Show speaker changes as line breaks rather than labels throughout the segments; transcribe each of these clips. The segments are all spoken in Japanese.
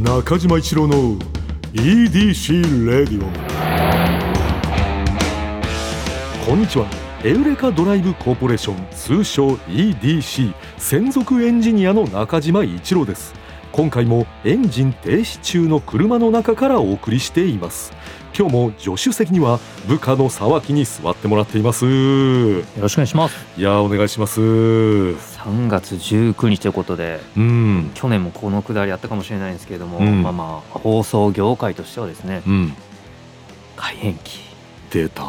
中島一郎の EDC レディオこんにちはエウレカドライブコーポレーション通称 EDC 専属エンジニアの中島一郎です今回もエンジン停止中の車の中からお送りしています今日も助手席には部下の沢木に座ってもらっています
よろしくお願いします。
いやーお願いしますう
3月19日ということで、
ん
去年もこのくだりあったかもしれないんですけれども、
うん
まあまあ放送業界としてはですね、
うん
改変期、
出た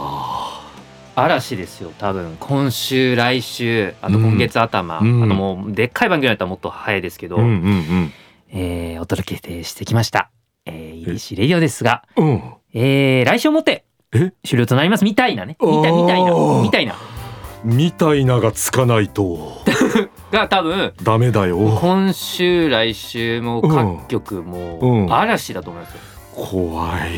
嵐ですよ。多分今週、来週、あと今月頭、
うん
あともうでっかい番組だったらもっと早いですけど、
うん
えーお届けしてきました。えー、EDC レディオですが、
うんうん
えー、来週をもって
え
終了となりますみたいなね、みたい
おー
みたいな、みたいな
みたいながつかないと
が多分。
ダメだよ
今週来週も各局
う
も
ん
う嵐だと思いますよ、
怖い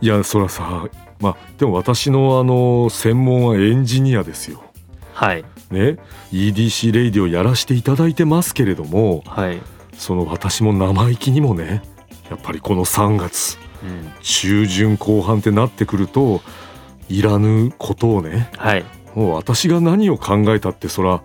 いやそらさまあでも私のあの専門はエンジニアですよ
はい
ね EDC レイディをやらせていただいてますけれども
はい、
その私も生意気にもねやっぱりこの3月
うん、
中旬後半ってなってくるといらぬことをね
はい
もう私が何を考えたってそら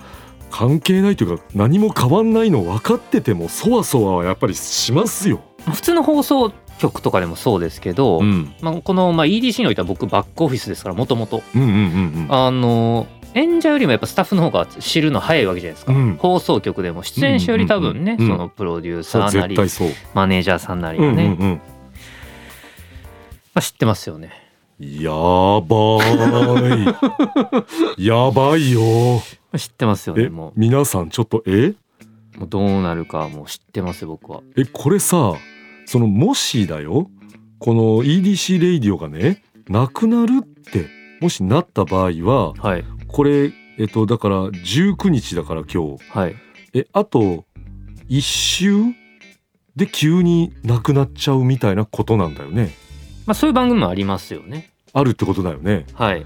関係ないというか何も変わんないの分かっててもそわそわはやっぱりしますよ。
普通の放送局とかでもそうですけど、
ん、
まあ、この、まあ、EDC においては僕バックオフィスですからもともと
うんうんうん
あの演者よりもやっぱスタッフの方が知るの早いわけじゃないですか、
うん
放送局でも出演者より多分ね、
うんうんうんうん
そのプロデュー
そ
サ
う
ーな
絶
り
対そう。
マネージャーさんなり
う
が
んうん
ね、
うん。
まあ、知ってますよね
やば い。やばいよ。
まあ知ってますよね
え
も
皆さんちょっとえ
うもうどうなるかはもう知ってます僕は
えこれさそのもしだよこの EDC レイディオがねなくなるってもしなった場合は
はい
これえっとだから19日だから今日。
はい
えあと一周で急になくなっちゃうみたいなことなんだよね
まあそういう番組もありますよね
あるってことだよね
はい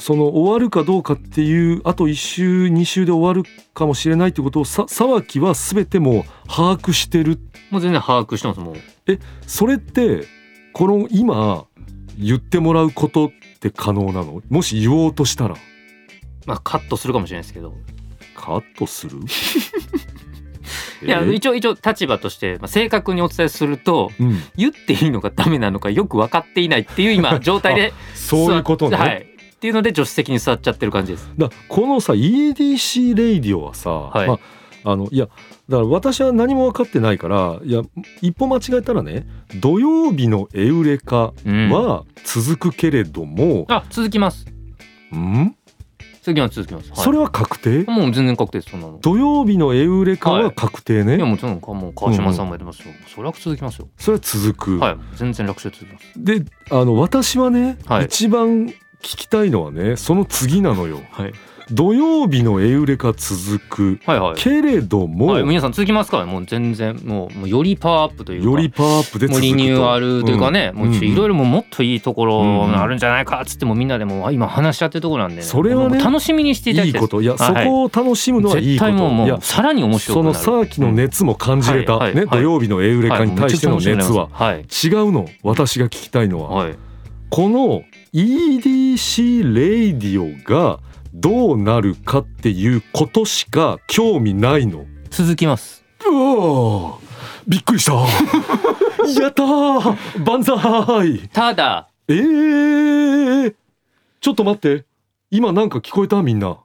その終わるかどうかっていうあと一周二周で終わるかもしれないってことをさ沢木は全てもう把握してる
もう全然把握してますもう
それってこの今言ってもらうことって可能なのもし言おうとしたら
まあカットするかもしれないですけど
カットする
いや
えー
一応一応立場として、まあ、正確にお伝えすると
うん、
言っていいのかダメなのかよく分かっていないってい う今状態で
そういうことね、
座っはい、っていうので助手席に座っちゃってる感じです
だこのさ EDC レイディオはさ、
はい
まあ、あのいやだから私は何も分かってないからいや一歩間違えたらね土曜日のエウレカ
うん
は続くけれども、
あ続きます
うん
続きます続きます、はい、
それは確定
もう全然確定ですそんなの
土曜日のエウレカ
は
はい確定
い
ね、
やもうそのもう川島さんもやってますよ、それは続きますよ
それは続く、
はい全然楽勝で続きます
であの私はね、
はい
一番聞きたいのはねその次なのよ
はい
土曜日のエウレカ続く
はいはい
けれども、
はい、皆さん続きますからもう全然もうもうよりパワーアップというか
よりパワーアップで
も
続
う
くと
リニューアルというかね、
ん
もうちょ
うんうん
いろいろもうもっといいところがあるんじゃないかっつってもうみんなでもう今話し合ってるところなんで、
それはね
もう楽しみにしていただ
い
き
い
たい
こといや、
はいはい
そこを楽しむのはいい
絶
こと
対もうも
いうや
さらに面白く
そ
な
の
る
サーキの熱も感じれた、
うんはい
ね、
はい
土曜日のエウレカに対しての熱は、
はい
違うの私が聞きたいのは、
はい、
この EDC レイディオがどうなるかっていうことしか興味ないの
続きます
うわーびっくりした やったー万歳
ただ
えー、ちょっと待って今なんか聞こえたみんな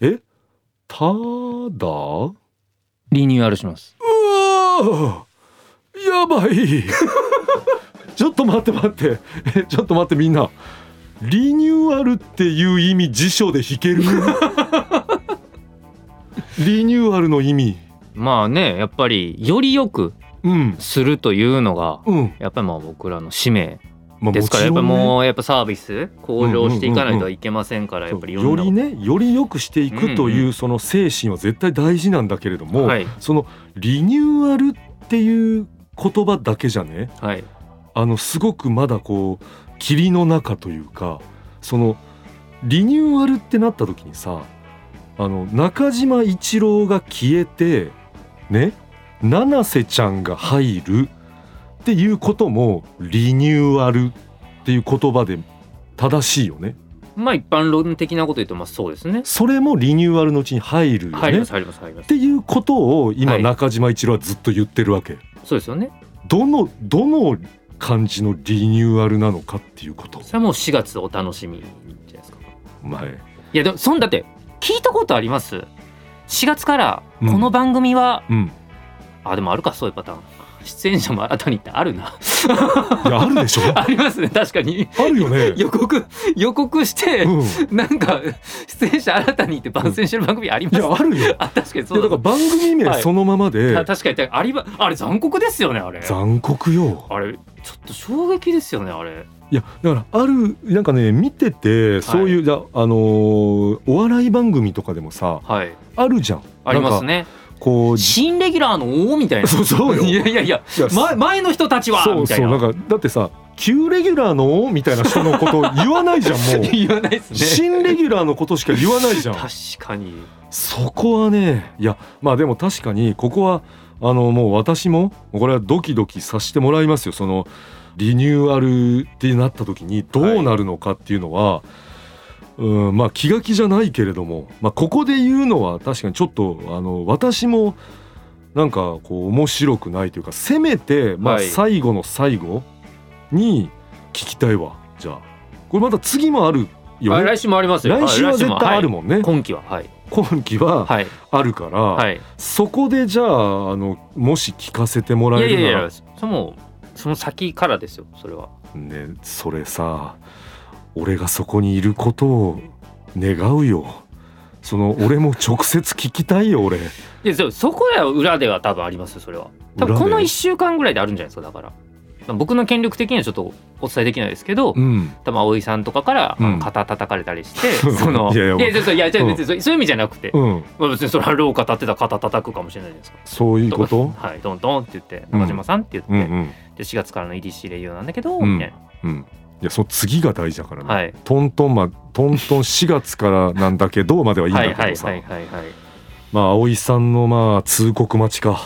えただ
リニューアルします
うわーやばい ちょっと待って待ってえちょっと待ってみんなリニューアルっていう意味辞書で引ける リニューアルの意味
まあねやっぱりよりよく
うん
するというのが
うん、
やっぱりまあ僕らの使命
まあ
ですから、やっぱもうやっぱサービス向上していか
う
な
んうんう
い
んう
と
ん
いけませんからやっぱりいろん
よ
な
りねより良くしていくと
うん
いううその精神は絶対大事なんだけれども、
はい
そのリニューアルっていう言葉だけじゃね
はい
あのすごくまだこう霧の中というかそのリニューアルってなった時にさあの中島一郎が消えてね七瀬ちゃんが入るっていうこともリニューアルっていう言葉で正しいよね
まあ一般論的なこと言うとまあそうですね。
それもリニューアルのうちに入るよ
入り
ね
ま
っ
す入ります入ります。
ていうことを今
はい
中島一郎はずっと言ってるわけ、
そうですよね。
どのどの感じのリニューアルなのかっていうこと
それはもう4月お楽しみじゃないですか。
前
いやでもそんだって聞いたことあります。4月から
うん
この番組は、
うん
あでもあるかそういうパターン。出演者も新たにってあるな。
いやあるで しょあ
ありますね確かに。
るよね
予告予告して、
うん、い
なんか出演者新たにって番宣してる番組あります、
やあるよいや
あ確かにそう
だから番組名
はい
そのままで、
あ確かにだからありばあれ残酷ですよねあれ
残酷よ
あれちょっと衝撃ですよねあれ
いやだからあるなんかね見ててそういう、じゃあのーお笑い番組とかでもさ
はい
あるじゃん
あります
なんか
ね
こうじ
新レギュラーの王みたいな
そうそうよ
いやいやいや
いや
前前の人たちは
そう
みた
そう
いな
なんかだってさ旧レギュラーのみたいな人のこと言わないじゃん もう
言わないですね
新レギュラーのことしか言わないじゃん
確かに
そこはねいやまあでも確かにここはあのもう私もこれはドキドキさせてもらいますよそのリニューアルってなった時にどうなるのかっていうのは、うんまあ気が気じゃないけれども、まあ、ここで言うのは確かにちょっとあの私もなんかこう面白くないというかせめてまあ
はい
最後の最後に聞きたいわじゃあこれまた次もあるよ
あ
ね
来週もありますよ
来週は絶対ある
も
もんね、
はい今期ははい
今期は
はい
あるから、
はい
そこでじゃああのもし聞かせても
い
ら
や
え
いや
る
い
なら
やそのその先からですよそれは
ね、それさ俺がそこにいることを願うよその俺も直接聞きたいよ俺
いやそそこらは裏では多分ありますよそれは多
裏
分
で
この1週間ぐらいであるんじゃないですかだからまあ僕の権力的にはちょっとお伝えできないですけど、
うん
多分葵さんとかから、
うん
あの肩叩かれた りしてその
いやいや
いやちょっといやちょっと別にそうそういう意味じゃなくて、
うん
まあ、別にそれは廊下立ってた肩叩くかもしれないじゃないですか。
そういうこ
どん
と
はいドンドンって言って中島さんって言って、
うんうん
で4月からの EDC レギュラーなんだけど、
うん
みたいな
うんいやその次が大事だからね、
はい
トントンまトントン4月からなんだけどまではいいん
は
だ
いは
け
い
どさ
はいはいはい。
まあ葵さんのまあ通告待ちか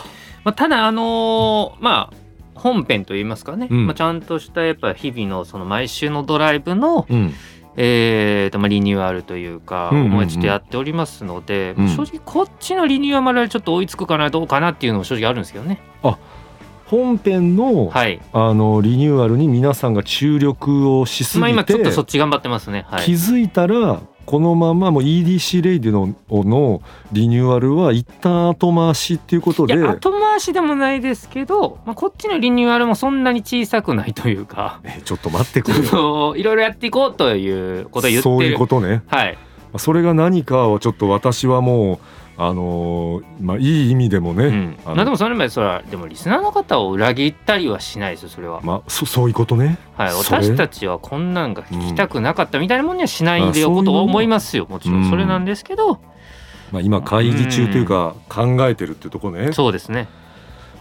まあ、ただあのーまあ本編といいますかね、
うん
まあ、ちゃんとしたやっぱ日々のその毎週のドライブの、
うん
えーとまあ、リニューアルというか、
うんうんうん
もうちょっとやっておりますので、
うん
正直こっちのリニューアルはちょっと追いつくかなどうかなっていうのも正直あるんですけどね。
本編の、
はい。
あのリニューアルに皆さんが注力をしすぎ
まあ
て、
今ちょっとそっち頑張ってますね。は
気
い。
づいたらこのままもう EDC レイディののリニューアルは一旦後回しっていうこと
い
で
や後回しでもないですけど、まあ、こっちのリニューアルもそんなに小さくないというか
えちょっと待ってく
ちょ
れ
っ
よ
といろいろやっていこうということを言ってる
そういうことね
はい、
それが何かはちょっと私はもうあのーまあいい意味でもね、
うん、
あの
まあでもそれまでそれはでもリスナーの方を裏切ったりはしないですよそれは、
まあそそういうことね
はい、
それ
私たちはこんなんが聞きたくなかったみたいなもんにはしないでおこう
あそういうのも
と思いますよもちろ
うん
んそれなんですけど、
まあ今会議中というか考えてるっていうところね
そうですね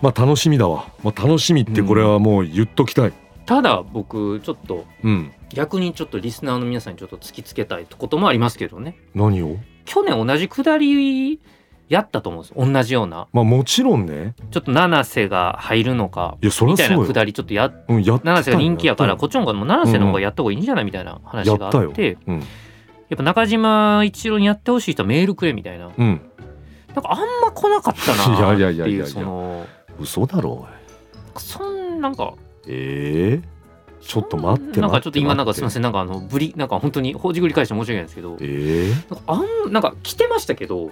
まあ楽しみだわ、まあ、楽しみってこれはもう言っときたい
ただ僕ちょっと
うん
逆にちょっとリスナーの皆さんにちょっと突きつけたいこともありますけどね
何を
去年同じくだりやったと思うんですよ同じような
まあもちろんね
ちょっと七瀬が入るのか
いやそりゃ
みたい
そ
な
うよ
くだりちょっとや
うん、やってたよ
七瀬が人気やからこっちの方がもう七瀬の方がやった方がいいんじゃないみたいな話があ
や
っ
った
て
うん、
やっぱ中島一郎にやってほしい人はメールくれみたいな
うん、
なんかあんま来なかった なっ
い
て
やいやいやいやい
い
や
うその
嘘だろおい
そんなんか
ええちょっと待って
なんかちょっと今なんかすみ
み
ませ
ん
んなんかあのぶりなんか本当にほじくり返して申し訳ないんですけど
ええ
なんかあんなんか来てましたけど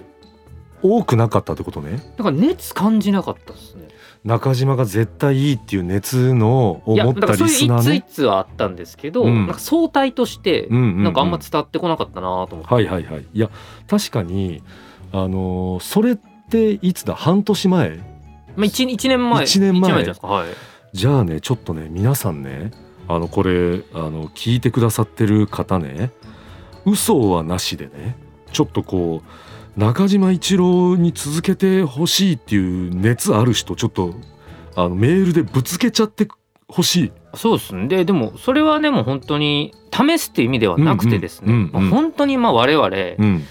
多くなかったってことね
なんか熱感じなかったですね
中島が絶対いいっていう熱のを
いや
持
な
っ
んか
た
そう
リ
いう
ス
一
ナー
通一
ね
通はあったんですけど、
うん
なんか相対として
ううう
なんかあんま伝わってこなかったなと思って、
はいはいはいいや確かにあのーそれっていつだ半年前
まあ、1, 年前
一年前
一じゃないですかはい
じゃあねちょっとね皆さんねあのこれあの聞いてくださってる方ね嘘はなしでねちょっとこう中島一郎に続けてほしいっていう熱ある人ちょっとあのメールでぶつけちゃってほしい
そうですねででもそれはねもう本当に試すっていう意味ではなくてですね、
うんうんうんうん
もう本当にまあ我々、
うん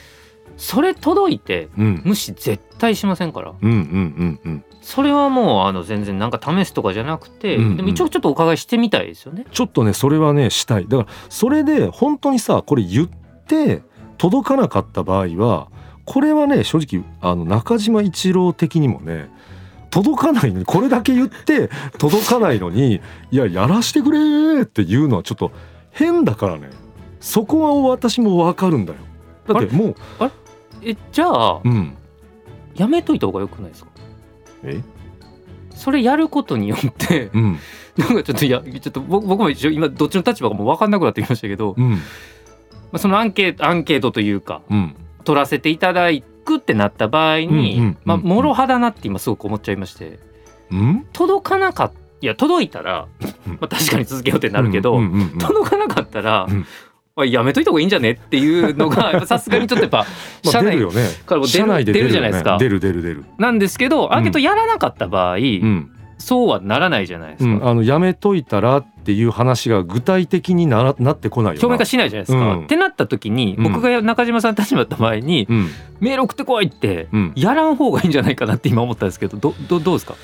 それ届いて
うん
無視絶対しませんから
うんうんうんうん
それはもうあの全然なんか試すとかじゃなくて、
うんうん
でも一応ちょっとお伺いしてみたいですよね。
ちょっとねそれはねしたいだからそれで本当にさこれ言って届かなかった場合はこれはね正直あの中島一郎的にもね届かないのにこれだけ言って届かないのに「いややらしてくれ」っていうのはちょっと変だからねそこは私も分かるんだよ。だってもう、
えじゃあ、
うん、
やめといた方がよくないですか
え、
それやることによって
うん、
なんかちょっといやちょっと僕僕も一応今どっちの立場かもう分かんなくなってきましたけど、ま
うん、
あ、そのアンケートアンケートというか
うん、
取らせていただくってなった場合に、
うんうんうんうん
まあ、もろ派だなって今すごく思っちゃいまして
うん、
届かなかっいや届いたら、まあ、確かに続けようってなるけど、
うんうんうんうん
届かなかったら、
うん
おいやめといた方がいいんじゃねっていうの がやっぱさすがにちょっとやっぱ
ま
社
あ、出
内
るよね。
からも出る
社内で
出
出
る
る
じ
よね
ゃないですか
出る出る出る。
なんですけどアンケートやらなかった場合、
うん。
そうはならないじゃないです
う
か、
ん、あのやめといたらっていう話が具体的にならなってこないよな
表面化しないじゃないですか。
うん
ってなった時に
うん
僕が中島さんの立場だった場合に、
うん
メール送ってこいって
うん、
やらん方がいいんじゃないかなって今思ったんですけどどどどう ですか、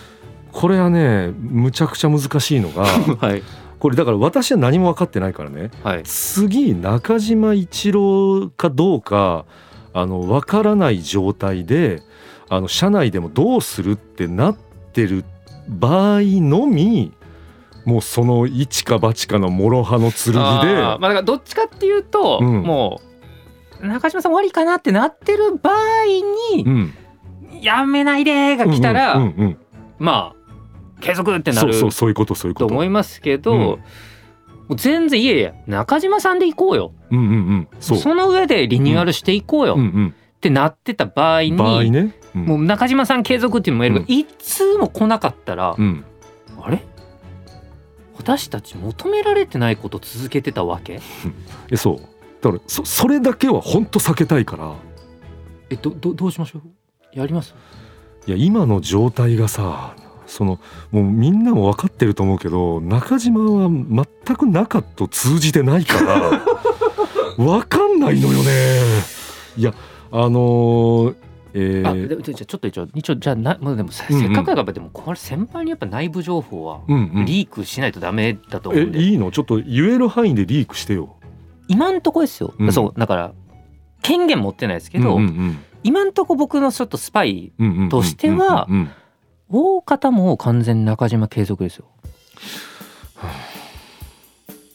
これはねむちゃくちゃ難しいの が
はい
これだから私は何も分かってないからね
はい、
次中島一郎かどうかあの分からない状態であの社内でもどうするってなってる場合のみもうその一か八かの諸刃の剣で
あーまあ、だからどっちかっていうと、
うん
もう中島さん終わりかなってなってる場合に
うん
「やめないで」が来たら、
うんうんうん
まあ継続ってな
そう
る
そうそういうことそういう
と
こと。
思いますけど
うん
もう全然いやいや中島さんで行こうよ
うんうんうん、そ
そうの上でリニューアルしていこうよ
うん
ってなってた場合
う
に
ん、場合ね、うん
もう中島さん継続っていうメールが
うん
いつも来なかったら、
うん
あれ私たち求められてないこと続けてたわけ
えそうだからそそれだけは本当避けたいから
えどどどうしましょうやります
いや今の状態がさそのもうみんなも分かってると思うけど中島は全く中と通じてないから 分かんないのよねいやあのーえ
あ
ー
ででじゃあちょっと一応一応じゃあな、まあ、でもせ
うんうん
せっかくだからでもこれ先輩にやっぱ内部情報は
うんうん、
リークしないとダメだと思うん
え
で、
いいのちょっと言える範囲でリークしてよ。
今んとこですよ、
うん
そうだから権限持ってないですけど、
うんうん
今んとこ僕のちょっとスパイ
うんうんうんうん
としては
うんうん
大方もう完全中島継続ですよ。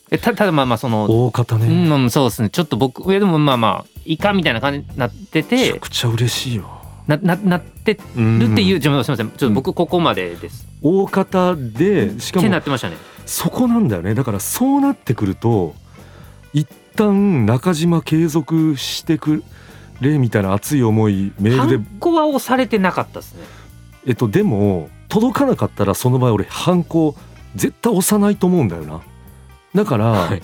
えたただまあまあその
大方
う
ね、
んうんそうですねちょっと僕いやでもまあまあいかみたいな感じになって
めちゃ
て
くちゃ嬉しいよ。
なななってる
る
っていう、自分すみませんちょっと僕ここまでです。
大方でしか
って
も
なってましたね。
そこなんだよねだからそうなってくると一旦中島継続してくれみたいな熱い思いメ
ハ
ール
ン
で、
コは押されてなかったですね。
えっと、でも届かなかったらその場合俺ハンコ絶対押さないと思うんだよなだから、
はい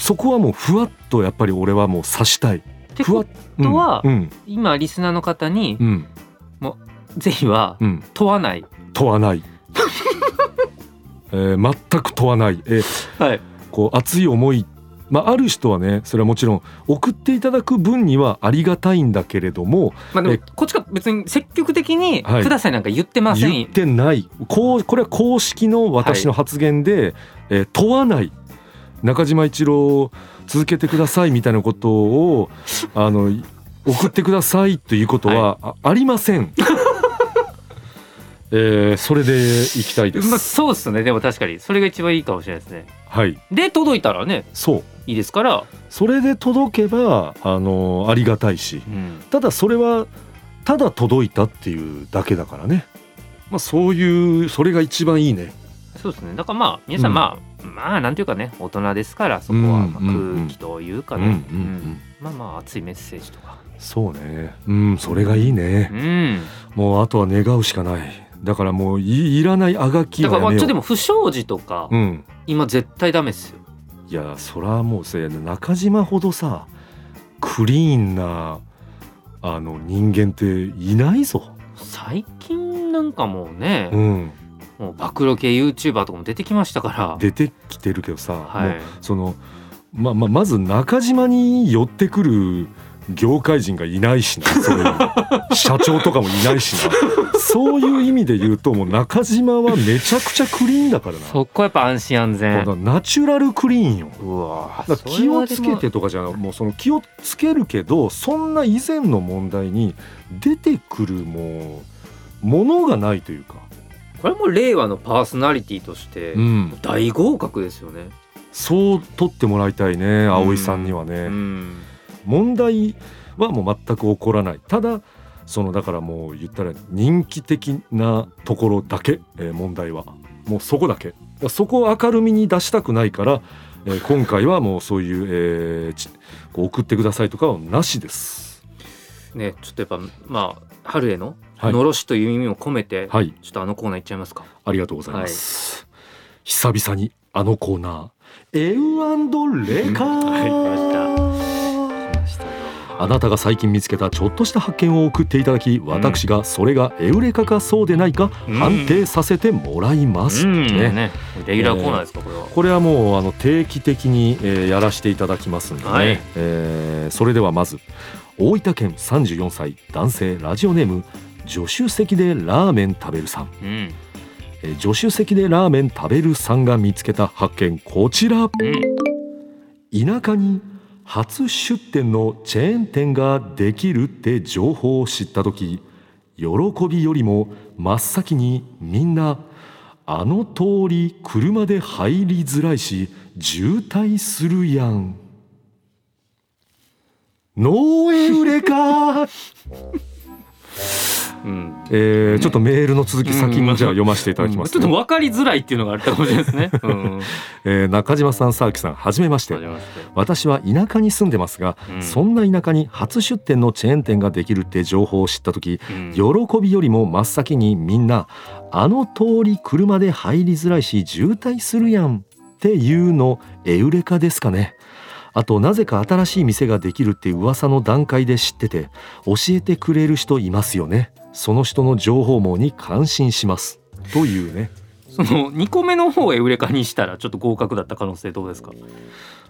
そこはもうふわっとやっぱり俺はもう刺したい
って
ふわ
こ
っ
とは
うん
今リスナーの方に
うんうん
是非は
うん
問わない。
問わ ない、えー全く問わない、えー
はい
こう熱い思い、まあ、ある人はねそれはもちろん送っていただく分にはありがたいんだけれども
まあ、で
え
もこっちが別に積極的に「
はい
ください」なんか言ってません、
言ってないこうこれは公式の私の発言で、えー問わない中島一郎続けてくださいみたいなことをあのい送ってくださいということは、あありません。えーそれでいきたいです。
まあ、そうっすねでも確かにそれが一番いいかもしれないですね
はい、
で届いたらね
そう
いいですから、
それで届けばあのありがたいし
うん
ただそれはただ届いたっていうだけだからね、まあ、そういうそれが一番いいね
そうですねだからまあ皆さん
うん
まあ、まあなんていうかね大人ですからそこはまあ
うんうんうん
空気というかね、
うんうん
うんまあまあ熱いメッセージとか
そうねうんそれがいいうね
ん
もうあとは願うしかないだからもういいらないあがき
だ
は
か
や
らまあ
め
ち
よ
ょっと
う
でも不祥事とか、
うん
今絶対ダメっすよ
いやそらもうせ中島ほどさクリーンなあの人間っていないぞ
最近なんかもうね、
うん
もう暴露系 YouTuber とかも出てきましたから
出てきてるけどさ、
は
もう
い
そのまあまあまず中島に寄ってくる業界人がいないしなそれは社長とかもいないしなそういう意味で言うともう中島はめちゃくちゃクリーンだからな
そこはやっぱ安心安
もうだか
全
らナチュラルクリーンよ
うわ
だから気をつけてとかじゃなくもうその気をつけるけどそんな以前の問題に出てくるもうものがないというか、
これも令和のパーソナリティとして
うん、
大合格ですよね、
そう取ってもらいたいね葵さんにはね。
うん
問題はもう全く起こらないただそのだからもう言ったら人気的なところだけ、えー問題はもうそこだけだからそこを明るみに出したくないから、えー今回はもうそういう、えーちこう送ってくださいとかはなしです
ねちょっとやっぱまあ春への
はい
のろしという意味も込めて、
はい
ちょっとあのコーナーいっちゃいますか
ありがとうございます、久々にあのコーナーエウレカ
うんはい
ーあなたが最近見つけたちょっとした発見を送っていただき私がそれがエウレカかそうでないか
うん
判定させてもらいます、
うん
ね
ねレギュラーコーナーですかこれは、
これはもうあの定期的に、えーやらせていただきますんでね、
はい
えーそれではまず大分県34歳男性ラジオネーム助手席でラーメン食べるさん、
うん
えー助手席でラーメン食べるさんが見つけた発見こちら
うん
田舎に初出店のチェーン店ができるって情報を知った時喜びよりも真っ先にみんなあの通り車で入りづらいし渋滞するやん農園売れか、
うん
えー、ちょっとメールの続き先にじゃあ読ませていただきます、
ちょっと分かりづらいっていうのがあったかもしれないですね。うん、
えー中島さん沢木さんはじめま して
わかりました
私は田舎に住んでますが、
うん
そんな田舎に初出店のチェーン店ができるって情報を知った時
うん
喜びよりも真っ先にみんな「あの通り車で入りづらいし渋滞するやん」っていうのエウレカですかね。あとなぜか新しい店ができるって噂の段階で知ってて教えてくれる人いますよねその人の情報網に感心しますという ね
その2個目の方をエウレカにしたらちょっと合格だった可能性どうですか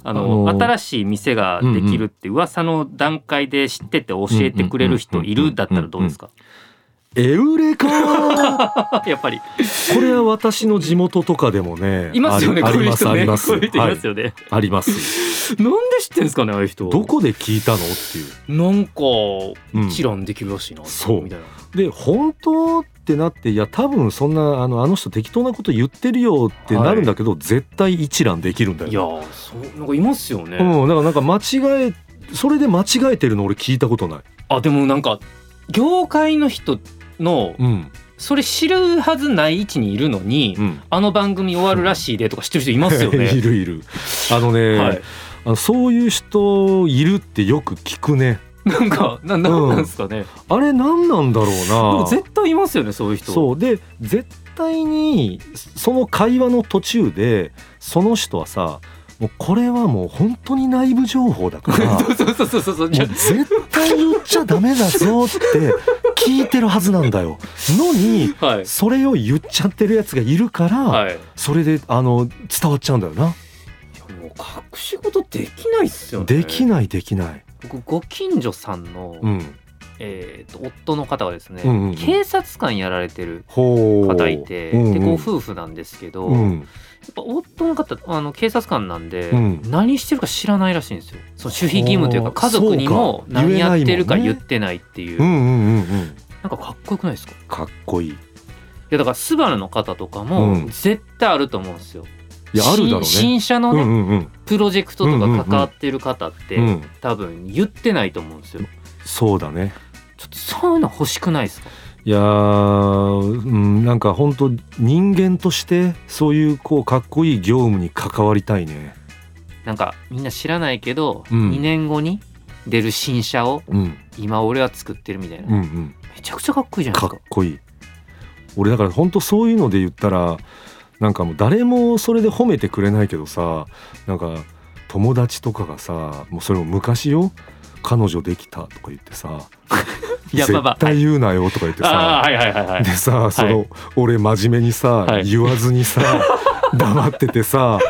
あの、
あのー
新しい店ができるって噂の段階で知ってて教えてくれる人いるだったらどうですか
エウレカー
やっぱり
これは私の地元とかでもね
いますよねこ
あ
う
りあり
いう
ます
人
あ
ね
りますはい
こういう人いますよね、
あります
なんで知ってんですかねああいう人
どこで聞いたのっていう
なんか
うん
一覧できるらしいな、
そう
みたいな
で本当ってなっていや多分そんなあのあの人適当なこと言ってるよってなるんだけど、絶対一覧できるんだ
いや
よ。
ーそうなんかいますよね、
うん、だからなんか間違えそれで間違えてるの俺聞いたことない。
あでもなんか業界の人の
うん
それ知るはずない位置にいるのに、
うん
あの番組終わるらしいでとか知ってる人います よ
い
ね。
るいるあのね、
はい、
あのそういう人いるってよく聞くね
なんかななんなんですかね、
あれ何なんだろう
で
な
も絶対いますよねそういう人
そうで絶対にその会話の途中でその人はさもうこれはもう本当に内部情報だから
そうそうそうそうそう
もう絶対言っちゃダメだぞって聞いてるはずなんだよ。のに
はい
それを言っちゃってるやつがいるから、
はいい
それであの伝わっちゃうんだよな。
やもう隠し事できないっすよね
でき
い
ないできない。
僕ご近所さんの、
うん、
えーと夫の方がですね、
うんうんうん
警察官やられてる
ほう。
方いて、
うんう
で
ん
ご夫婦なんですけど、
う
やっ
ん、
ぱ夫の方あの警察官なんで、
うん
何してるか知らないらしいんですよその守秘義務という
お
か
ー
家族にも
そうか
何やってるか
言えないもん
言っ
ね
てないっていう
うんうんうんうん。
なんかかっこよくないですかい
かっこいい。
やだからスバルの方とかも
うん
絶対あると思うんですよ、
いやあるだろうね。
新新車の
うん
ね、
うんうん
プロジェクトとか関わってる方って、
うん。
多分言ってないと思うんですよ
そうだね。
ちょっとそういうの欲しくないですか
いやー、うん、なんか本当人間としてそういうこうかっこいい業務に関わりたいね。
なんかみんな知らないけど、
うん
2年後に出る新車を
うん
今俺は作ってるみたいな、
うんう
め
ん。
ちゃくちゃかっこいいじゃないで
かっ
すか
こいい俺だから本当そういうので言ったらなんかもう誰もそれで褒めてくれないけどさなんか友達とかがさもうそれも昔よ彼女できたとか言ってさ
いやまあまあ
絶対言うなよとか言って
ああ
さ
はいはいはい はい
でさその、俺真面目にさ、
はい
言わずにさ黙っててさ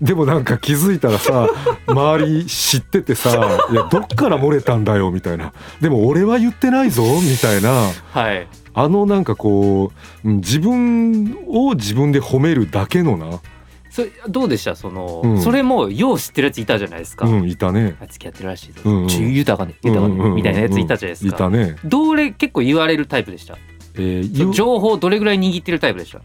でもなんか気づいたらさ周り知っててさ「いやどっから漏れたんだよ」みたいな「でも俺は言ってないぞ」みたいな
はい
あのなんかこううん自分を自分で褒めるだけのな、
それどうでしたその、
うん
それもよう知ってるやついたじゃないですか、
うん、いたね。
あいつ付き合ってるらしいぞ、
うんうん
ちょ言うたらあかんね言うたらあかん
う
ね
んうんうんうん
みたいなやついたじゃないです
い
か、
たね。
どれ結構言われるタイプでした
えーよ
情報どれぐらい握ってるタイプでした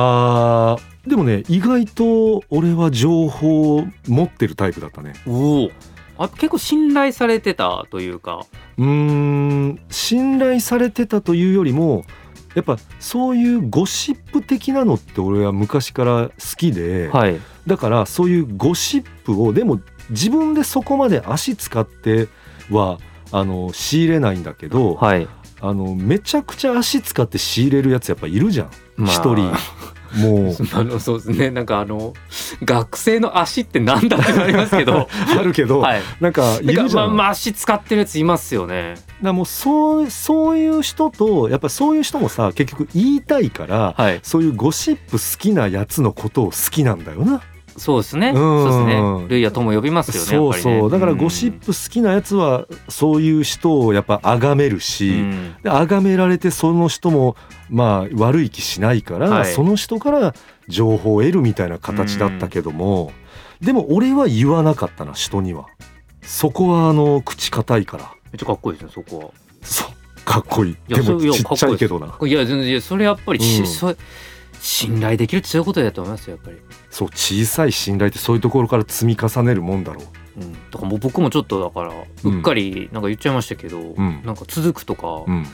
あーでもね意外と俺は情報を持ってるタイプだったね。
おおあ結構信頼されてたというか
うーん信頼されてたというよりもやっぱそういうゴシップ的なのって俺は昔から好きで、
はい
だからそういうゴシップをでも自分でそこまで足使ってはあの仕入れないんだけど、
はい
あのめちゃくちゃ足使って仕入れるやつやっぱいるじゃん一、
まあ
人もう
あの そうですねなんかあの学生の足ってなんだってなりますけど
あるけど、
はい
なんかい
な
る
ん
じ
かま
ゃ
あ
ん。
まあ足使ってるやついますよね
だからもうそうそういう人とやっぱそういう人もさ結局言いたいから、
はい
そういうゴシップ好きなやつのことを好きなんだよな。
そうですね
うん
そうですねルイは友呼びますよね
そう
やっぱり
そ
ね
う。だからゴシップ好きなやつはそういう人をやっぱ崇める
う
し、
ん
で崇められてその人もまあ悪い気しないから、
はい
その人から情報を得るみたいな形だったけども、でも俺は言わなかったな人には。そこはあの口堅いから。
めっちゃかっこいいですねそこは
そうかっこいい。
いや
でも
そういや
ちっちゃいけど
か
な
っ。こいいいや全然いやそれやっぱりし、
うん
そ信頼できるってそういうことだと思いますよやっぱり
そう小さい信頼ってそういうところから積み重ねるもんだろう。
うん、だからもう僕もちょっとだから
うん
うっかりなんか言っちゃいましたけど、
ん
なんか続くとか、
うん。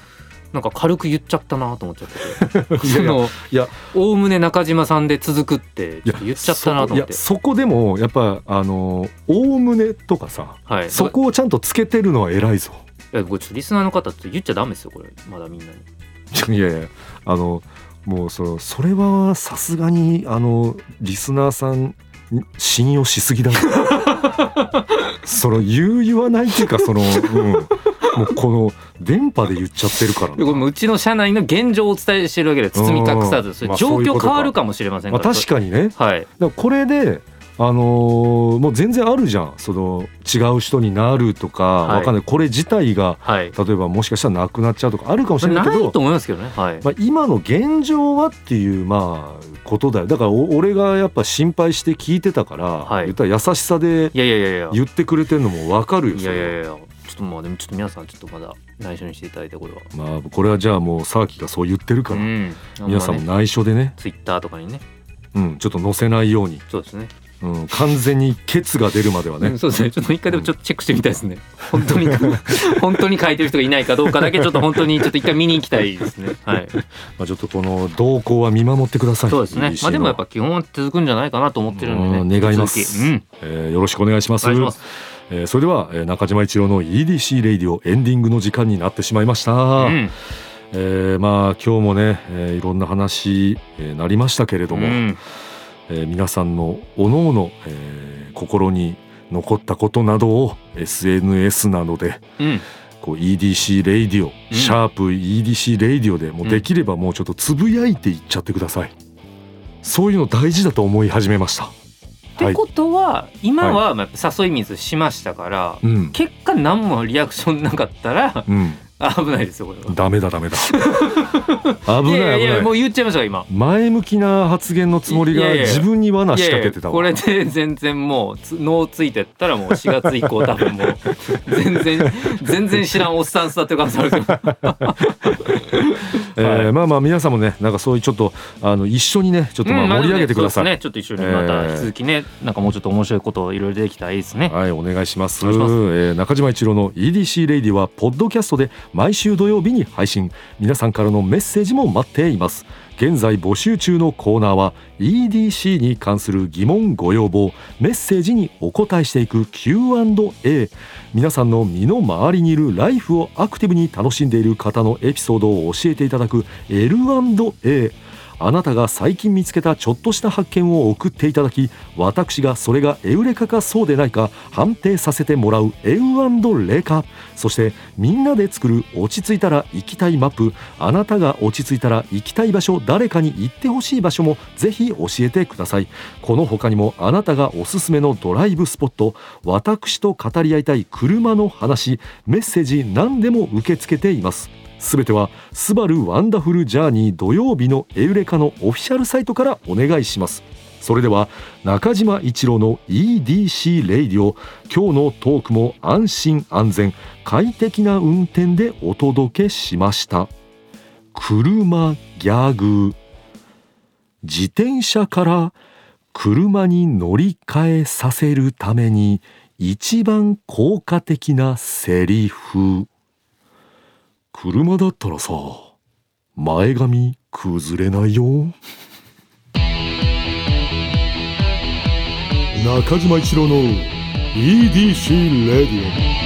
なんか軽く言っちゃったなと思っちゃってて
いや
そ
いや
の
いや
おおむね中島さんで続くってちょっと言っちゃったなと思って
そいやそこでもやっぱあのおおむねとかさ
はい
そこをちゃんとつけてるのは偉いぞ
いやこれちょっとリスナーの方ちょっと言っちゃダメですよこれまだみんなに
いやいやあのもうそのそれはさすがにあのリスナーさんに信用しすぎだぞ その言う言わないっていうかその、うん、もうこの電波で言っちゃってるから
で
な
これもううちの社内の現状をお伝えしてるわけで包み隠さずそ
ま
れ
あ
状
そういうこ
況
とか
変わるかもしれません
まあ、
から、
確かにね
はい
だからこれであのーもう全然あるじゃんその違う人になるとか、
はい
わかんないこれ自体が
はい
例えばもしかしたらなくなっちゃうとかあるかもしれないけ
ない
ど
と思いますけどねはい、
まあ、今の現状はっていうまあことだよだからお俺がやっぱ心配して聞いてたから、
はい
言ったら優しさで
いやいやいやいや
言ってくれてるのもわかるよ
い
そ
やい
れ
やいやちょっとまあでもちょっと皆さんちょっとまだ内緒にしていただいたことは
まあこれはじゃあもうサーキがそう言ってるから、
ん
皆さんも内緒でね、
ツイッターとかにね
うん、ちょっと載せないように、
そうですね
うん、完全にケツが出るまではね、
うんそうですねちょっと一回でもちょっとチェックしてみたいですね 本当に本当に書いてる人がいないかどうかだけちょっと本当にちょっと一回見に行きたいですね はい
まあ、ちょっとこの動向は見守ってください
そうですね
BBC の
まあでもやっぱ基本は続くんじゃないかなと思ってるんで
うん
ね
願います
引き続きうん
えーよろしくお願いしま
お
す
願いします
えーそれでは、えー中島一郎の EDC レイディオエンディングの時間になってしまいました、
うん
えーまあ今日もね、えーいろんな話、えーなりましたけれども、
うん
えー皆さんのおのおのえー心に残ったことなどを SNS などで
うん
こう EDC レイディオ、
うん
シャープ EDC レイディオでもうできればもうちょっとつぶやいていっちゃってください、そういうの大事だと思い始めました
ってことは今はまあやっぱ誘い水しましたから
うん
結果何もリアクションなかったら
うん
危ないですよこれは
ダメだダメ だ危
い
な
や
い
い
危
や
ない
もう言っちゃいましたよ今
前向きな発言のつもり
い
が
やいやいや
自分に罠
い
仕
やい
掛
や
けてたわ
これで全然もうつ脳ついてったらもう4月以降多分もう全 然全然知らんおっさん座ってる可能性あるけど
えー
はい
まあまあ皆さんもねなんかそういうちょっとあの一緒にねちょっと ま
うんま
あ
あ
盛り上げてください、
そうですねちょっと一緒にまた
えー
引き続きね、なんかもうちょっと面白いことをいろいろできたらいいですね
はいお願いします
お願いします
えー中島一郎の EDC レイディはポッドキャストで毎週土曜日に配信皆さんからのメッセージも待っています現在募集中のコーナーは EDC に関する疑問ご要望メッセージにお答えしていく Q&A 皆さんの身の回りにいるライフをアクティブに楽しんでいる方のエピソードを教えていただく L&A あなたが最近見つけたちょっとした発見を送っていただき私がそれがエウレカかそうでないか判定させてもらうエウレカそしてみんなで作る落ち着いたら行きたいマップあなたが落ち着いたら行きたい場所誰かに行ってほしい場所もぜひ教えてくださいこの他にもあなたがおすすめのドライブスポット私と語り合いたい車の話メッセージ何でも受け付けていますすべては「スバルワンダフルジャーニー土曜日のエウレカ」のオフィシャルサイトからお願いしますそれでは中島一郎の EDC レイディオ今日のトークも安心安全快適な運転でお届けしました車ギャグ自転車から車に乗り換えさせるために一番効果的なセリフ車だったらさ前髪崩れないよ中島一郎の EDC レディオ